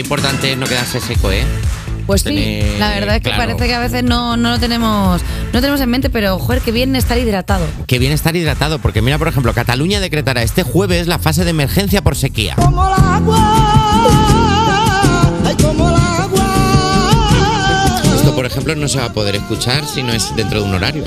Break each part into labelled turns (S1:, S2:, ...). S1: Importante es no quedarse seco, ¿eh?
S2: Pues sí,
S1: Tener-
S2: la verdad es que
S1: claro.
S2: parece que a veces no, no lo tenemos, no tenemos en mente, pero joder, que bien estar hidratado.
S1: Que bien estar hidratado, porque mira, por ejemplo, Cataluña decretará este jueves la fase de emergencia por sequía.
S3: como el agua, ay como el agua.
S1: Esto, por ejemplo, no se va a poder escuchar si no es dentro de un horario.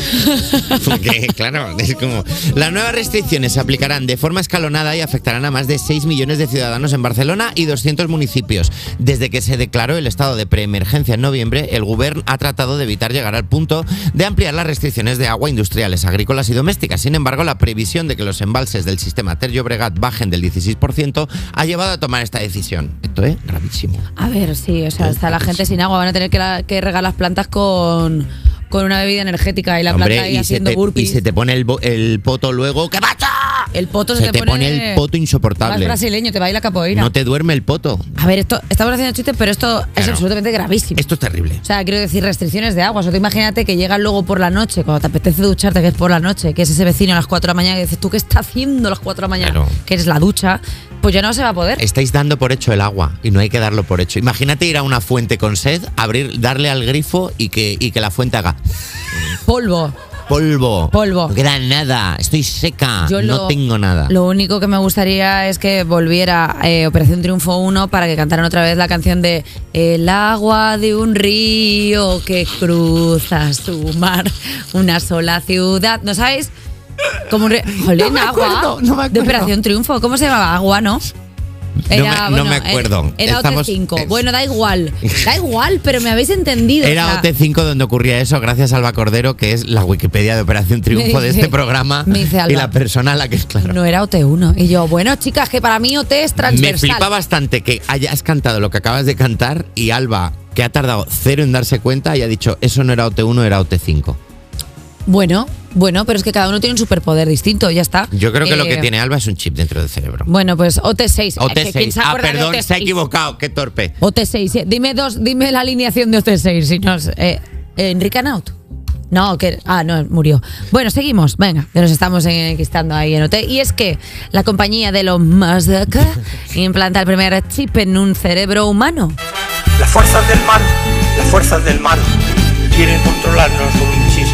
S1: Porque, claro, es como. Las nuevas restricciones se aplicarán de forma escalonada y afectarán a más de 6 millones de ciudadanos en Barcelona y 200 municipios. Desde que se declaró el estado de preemergencia en noviembre, el gobierno ha tratado de evitar llegar al punto de ampliar las restricciones de agua industriales, agrícolas y domésticas. Sin embargo, la previsión de que los embalses del sistema Terjo Bregat bajen del 16% ha llevado a tomar esta decisión. Esto es gravísimo.
S2: A ver, sí, o sea, está la gente sin agua, van a tener que, la- que regar las plantas con, con una bebida energética y la
S1: Hombre,
S2: planta ahí
S1: y, se
S2: haciendo
S1: te, y
S2: burpees.
S1: se te pone el, bo- el poto luego. ¡Qué pasa?
S2: el poto se,
S1: Se te pone el poto
S2: Más
S1: insoportable.
S2: brasileño, te baila capoeira.
S1: No te duerme el poto.
S2: A ver, esto estamos haciendo chistes, pero esto es
S1: Claro.
S2: absolutamente gravísimo.
S1: Esto es terrible.
S2: O sea, quiero decir, restricciones de agua. O sea, tú imagínate que llegas luego por la noche, cuando te apetece ducharte, que es por la noche, que es ese vecino a las 4 de la mañana, que dices, ¿tú qué estás haciendo a las 4 de la mañana?
S1: Claro.
S2: Que eres la ducha. Pues ya no se va a poder.
S1: Estáis dando por hecho el agua y no hay que darlo por hecho. Imagínate ir a una fuente con sed, abrir, darle al grifo y que, y que la fuente haga
S2: Polvo.
S1: polvo.
S2: Polvo.
S1: No queda nada. Estoy seca.
S2: Yo
S1: Ah, no
S2: lo-
S1: tengo nada.
S2: Lo único que me gustaría es que volviera eh, Operación Triunfo 1 para que cantaran otra vez la canción de El agua de un río que cruza su mar, una sola ciudad. ¿No sabéis? Como un río. Jolín,
S1: me
S2: agua.
S1: acuerdo, no me
S2: De
S1: acuerdo.
S2: Operación Triunfo. ¿Cómo se llamaba? Agua, ¿no?
S1: No me- no me acuerdo.
S2: Era
S1: Estamos-
S2: OT5.
S1: es-
S2: Bueno, da igual. Da igual, pero me habéis entendido. o
S1: Era
S2: sea,
S1: OT5 donde ocurría eso, gracias a Alba Cordero, que es la Wikipedia de Operación Triunfo de
S2: dice-
S1: este programa.
S2: me dice
S1: y
S2: Alba.
S1: la persona a la que es claro.
S2: No era OT1. Y yo, bueno, chicas, que para mí OT es transversal.
S1: Me flipa bastante que hayas cantado lo que acabas de cantar y Alba, que ha tardado cero en darse cuenta, haya dicho, eso no era OT1, era OT5.
S2: Bueno, bueno, pero es que cada uno tiene un superpoder distinto, ya está.
S1: Yo creo que lo
S2: Eh,
S1: que tiene Alba es un chip dentro del cerebro.
S2: Bueno, pues OT6. Eh, que ¿quién
S1: OT6.
S2: se
S1: Ah,
S2: acuerda de
S1: perdón, se ha
S2: OT6?
S1: equivocado, qué torpe.
S2: OT6, eh, dime dos, dime la alineación de OT6, si no es, eh, eh, Enrique Anaut. No, que ah, no, murió. Bueno, seguimos, venga, que nos estamos enquistando ahí en OT. Y es que la compañía de los Mazda implanta el primer chip en un cerebro humano.
S4: Las fuerzas del mal, las fuerzas del mal quieren controlarnos con un chis,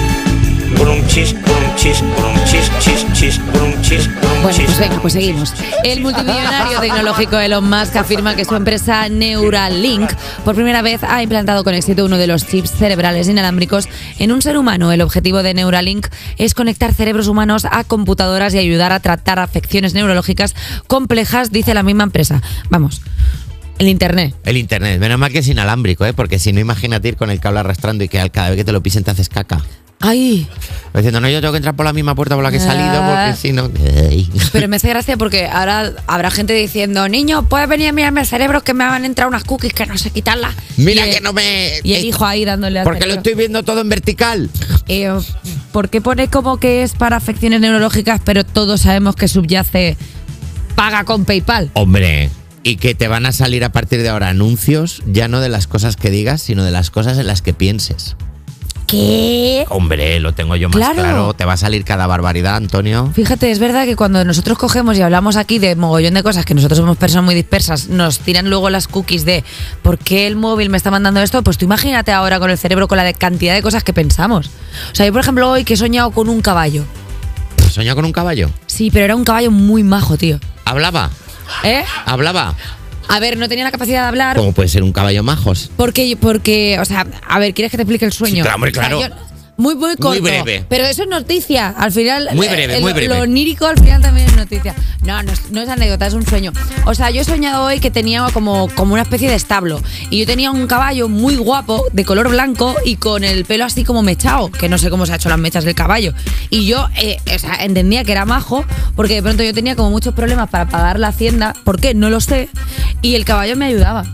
S4: con un chis, con un chis, con un chis, chis, chis, con un chis, con un
S2: Bueno,
S4: chis.
S2: pues venga, pues seguimos. El multimillonario tecnológico Elon Musk afirma que su empresa Neuralink por primera vez ha implantado con éxito uno de los chips cerebrales inalámbricos en un ser humano. El objetivo de Neuralink es conectar cerebros humanos a computadoras y ayudar a tratar afecciones neurológicas complejas, dice la misma empresa. Vamos, el Internet.
S1: El internet, menos mal que es inalámbrico, ¿eh? porque si no, imagínate ir con el cable arrastrando y que al- cada vez que te lo pisen te haces caca.
S2: ¡Ay!
S1: Diciendo, no, yo tengo que entrar por la misma puerta por la que he salido,
S2: Ah.
S1: porque si no. Ay.
S2: Pero me hace gracia porque ahora habrá gente diciendo, niño, puedes venir a mirarme el cerebro que me van a entrar unas cookies que no sé quitarlas.
S1: Mira
S2: Y, eh,
S1: que no me.
S2: Y el hijo ahí dándole al
S1: Porque lo
S2: cerebro.
S1: estoy viendo todo en vertical.
S2: Eh, ¿Por qué pone como que es para afecciones neurológicas, pero todos sabemos que subyace paga con PayPal?
S1: Hombre, y que te van a salir a partir de ahora anuncios, ya no de las cosas que digas, sino de las cosas en las que pienses.
S2: ¿Qué?
S1: Hombre, lo tengo yo más
S2: Claro.
S1: claro. Te va a salir cada barbaridad, Antonio.
S2: Fíjate, es verdad que cuando nosotros cogemos y hablamos aquí de mogollón de cosas, que nosotros somos personas muy dispersas, nos tiran luego las cookies de ¿por qué el móvil me está mandando esto? Pues tú imagínate ahora con el cerebro, con la de- cantidad de cosas que pensamos. O sea, yo por ejemplo hoy que he soñado con un caballo.
S1: Soñó con un caballo.
S2: Sí, pero era un caballo muy majo, tío.
S1: Hablaba,
S2: ¿Eh?
S1: hablaba.
S2: A ver, no tenía la capacidad de hablar,
S1: ¿Cómo puede ser un caballo majos?
S2: Porque, porque, o sea, a ver, ¿quieres que te explique el sueño?
S1: Sí, claro, hombre,
S2: O sea,
S1: claro.
S2: yo- muy, muy corto.
S1: breve.
S2: Pero eso es noticia. Al final. eh,
S1: Muy breve, muy
S2: lo-
S1: breve.
S2: Lo onírico al final también es noticia. No, no es, no es anécdota, es un sueño. O sea, yo he soñado hoy que tenía como, como una especie de establo. Y yo tenía un caballo muy guapo, de color blanco y con el pelo así como mechado, que no sé cómo se ha hecho las mechas del caballo. Y yo, eh, o sea, entendía que era majo, porque de pronto yo tenía como muchos problemas para pagar la hacienda. ¿Por qué? No lo sé. Y el caballo me ayudaba.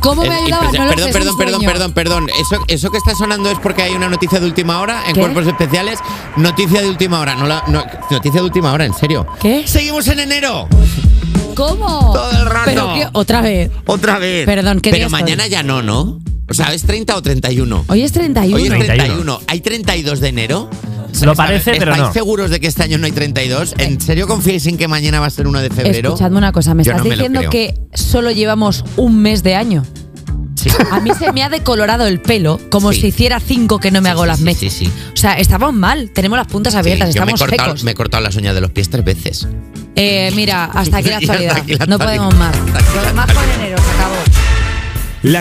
S2: ¿Cómo me
S1: Es
S2: ayudaba?
S1: impresi-
S2: No lo sé,
S1: Eh, perdón,
S2: es
S1: perdón,
S2: un
S1: perdón,
S2: sueño.
S1: perdón, perdón. Eso, eso que está sonando es porque hay una noticia de última hora en
S2: ¿Qué?
S1: cuerpos especiales. Noticia de última hora, no la- no- noticia de última hora, en serio.
S2: ¿Qué?
S1: Seguimos en enero.
S2: ¿Cómo?
S1: Todo el rato.
S2: Pero qué- otra vez.
S1: Otra vez.
S2: Perdón, ¿qué día
S1: Pero
S2: es
S1: mañana
S2: hoy?
S1: ya no, ¿no? O sea, ¿es 30 o 31?
S2: Hoy es 31.
S1: Hoy es
S5: 31.
S1: 31. ¿Hay 32 de enero?
S5: Lo parece, pero
S1: ¿Estáis
S5: no.
S1: seguros de que este año no hay 32? ¿En serio confiáis en que mañana va a ser 1 de febrero?
S2: Escuchadme una cosa, me
S1: Yo
S2: estás
S1: no me lo
S2: diciendo
S1: creo.
S2: que solo llevamos un mes de año.
S1: Sí.
S2: A mí se me ha decolorado el pelo como
S1: Sí.
S2: si hiciera cinco que no me
S1: Sí,
S2: hago
S1: sí,
S2: las
S1: sí,
S2: mechas.
S1: sí, sí.
S2: O sea, estamos mal, tenemos las puntas
S1: Sí,
S2: abiertas,
S1: yo me he,
S2: estamos
S1: cortado,
S2: secos.
S1: me he cortado las uñas de los pies tres veces.
S2: Eh, mira, hasta aquí la
S1: Y hasta
S2: actualidad.
S1: aquí la
S2: no
S1: actualidad.
S2: podemos más.
S1: Hasta aquí la
S2: Más por enero, se acabó.